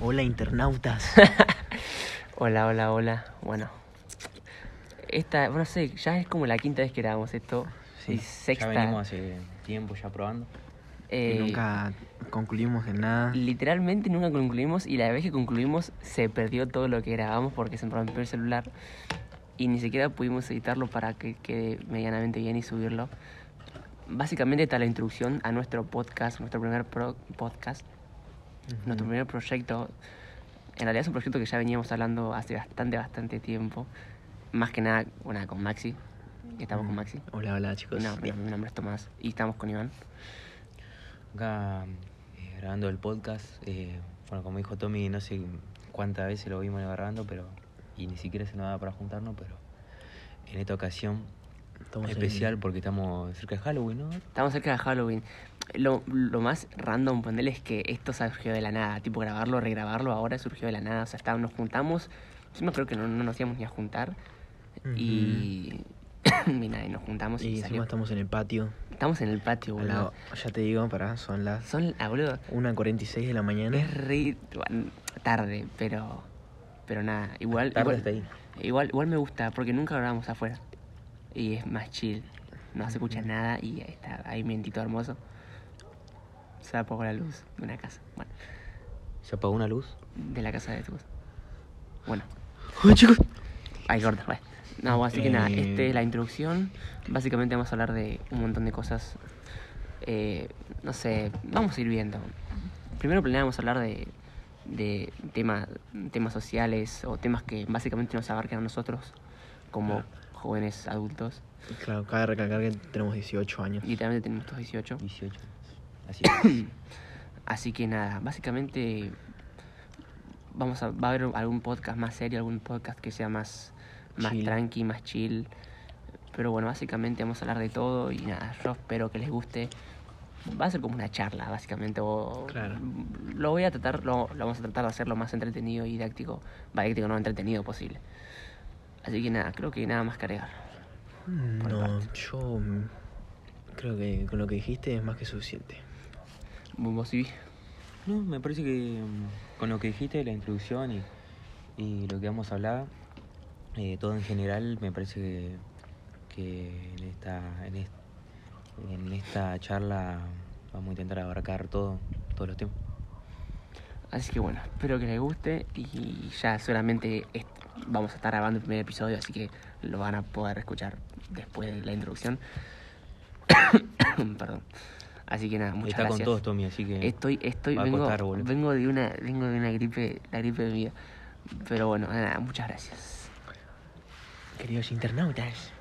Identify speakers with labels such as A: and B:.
A: Hola internautas.
B: Hola, hola, hola. Bueno, esta, no sé, ya es como la quinta vez que grabamos esto. y sexta.
C: Ya venimos hace tiempo ya probando.
A: Que
B: Eh,
A: nunca concluimos en nada.
B: Literalmente nunca concluimos y la vez que concluimos se perdió todo lo que grabamos porque se me rompió el celular y ni siquiera pudimos editarlo para que quede medianamente bien y subirlo. Básicamente está la introducción a nuestro podcast, nuestro primer pro- podcast, nuestro primer proyecto. En realidad es un proyecto que ya veníamos hablando hace bastante, bastante tiempo. Más que nada, bueno, con Maxi. Estamos con Maxi.
A: Hola, hola chicos.
B: No, mi
A: Bien.
B: mi nombre es Tomás y estamos con Iván.
C: Acá eh, grabando el podcast. eh, bueno, como dijo Tommy, no sé cuántas veces lo vimos grabando, pero. Y ni siquiera se nos da para juntarnos, pero. En esta ocasión
A: Estamos en-
C: especial porque estamos cerca de Halloween, ¿no?
B: Estamos cerca de Halloween. Lo, lo más random, ponerle, es que esto surgió de la nada. Tipo, grabarlo, regrabarlo, ahora surgió de la nada. O sea, está- nos juntamos. Yo me creo que no, no nos íbamos ni a juntar. Y... y nada, y nos juntamos y,
A: Y
B: salió.
A: encima estamos en el patio.
B: Estamos en el patio,
A: A la-
B: boludo.
A: ya te digo, pará, son las
B: Son, ah, boludo,
A: 1.46 de la mañana.
B: es re bueno, tarde, pero... Pero nada, igual...
C: Tarde
B: igual-
C: hasta ahí.
B: Igual, igual me gusta, porque nunca grabamos afuera. Y es más chill. No se escucha nada y está ahí mi entito hermoso. Se apagó la luz de una casa. Bueno,
C: Se apagó una luz.
B: de la casa de tu Bueno,
A: ¡Ay, chicos!
B: ahí corta. bueno. No, bueno, así que nada,
A: Eh.
B: este es la introducción. Básicamente vamos a hablar de un montón de cosas. Eh, no sé, vamos a ir viendo. Primero planeamos hablar de, de tema- temas sociales o temas que básicamente nos abarcan a nosotros
A: Ah.
B: como jóvenes adultos.
A: Claro, cabe recalcar que tenemos 18 años.
B: Literalmente tenemos todos 18.
C: 18. Así es.
B: Así que nada, básicamente vamos a, va a haber algún podcast más serio, algún podcast que sea más, más
A: Chill.
B: tranqui, más chill. Pero bueno, básicamente vamos a hablar de todo y nada, yo espero que les guste. Va a ser como una charla, básicamente. o-
A: Claro.
B: Lo voy a tratar, lo, lo vamos a tratar de hacer lo más entretenido y didáctico, va, didáctico no entretenido posible. Así que nada, creo que nada más que agregar. por
A: No,
B: parte.
A: yo mm, creo que con lo que dijiste es más que suficiente.
B: Vos sí.
C: No, me parece que mm, con lo que dijiste, la introducción y, y lo que vamos a hablar, eh, todo en general, me parece que, que en, esta, en, es- en esta charla vamos a intentar abarcar todo, todos los temas.
B: Así que bueno, espero que les guste y ya solamente vamos a estar grabando el primer episodio, así que lo van a poder escuchar después de la introducción. Perdón. Así que nada, muchas
C: Está
B: gracias.
C: con todos, Tommy, así que
B: Estoy, estoy,
C: va a
B: vengo,
C: costar, boludo.
B: vengo de una, vengo de una gripe, la gripe de vida. Pero bueno, nada, muchas gracias.
A: Queridos internautas,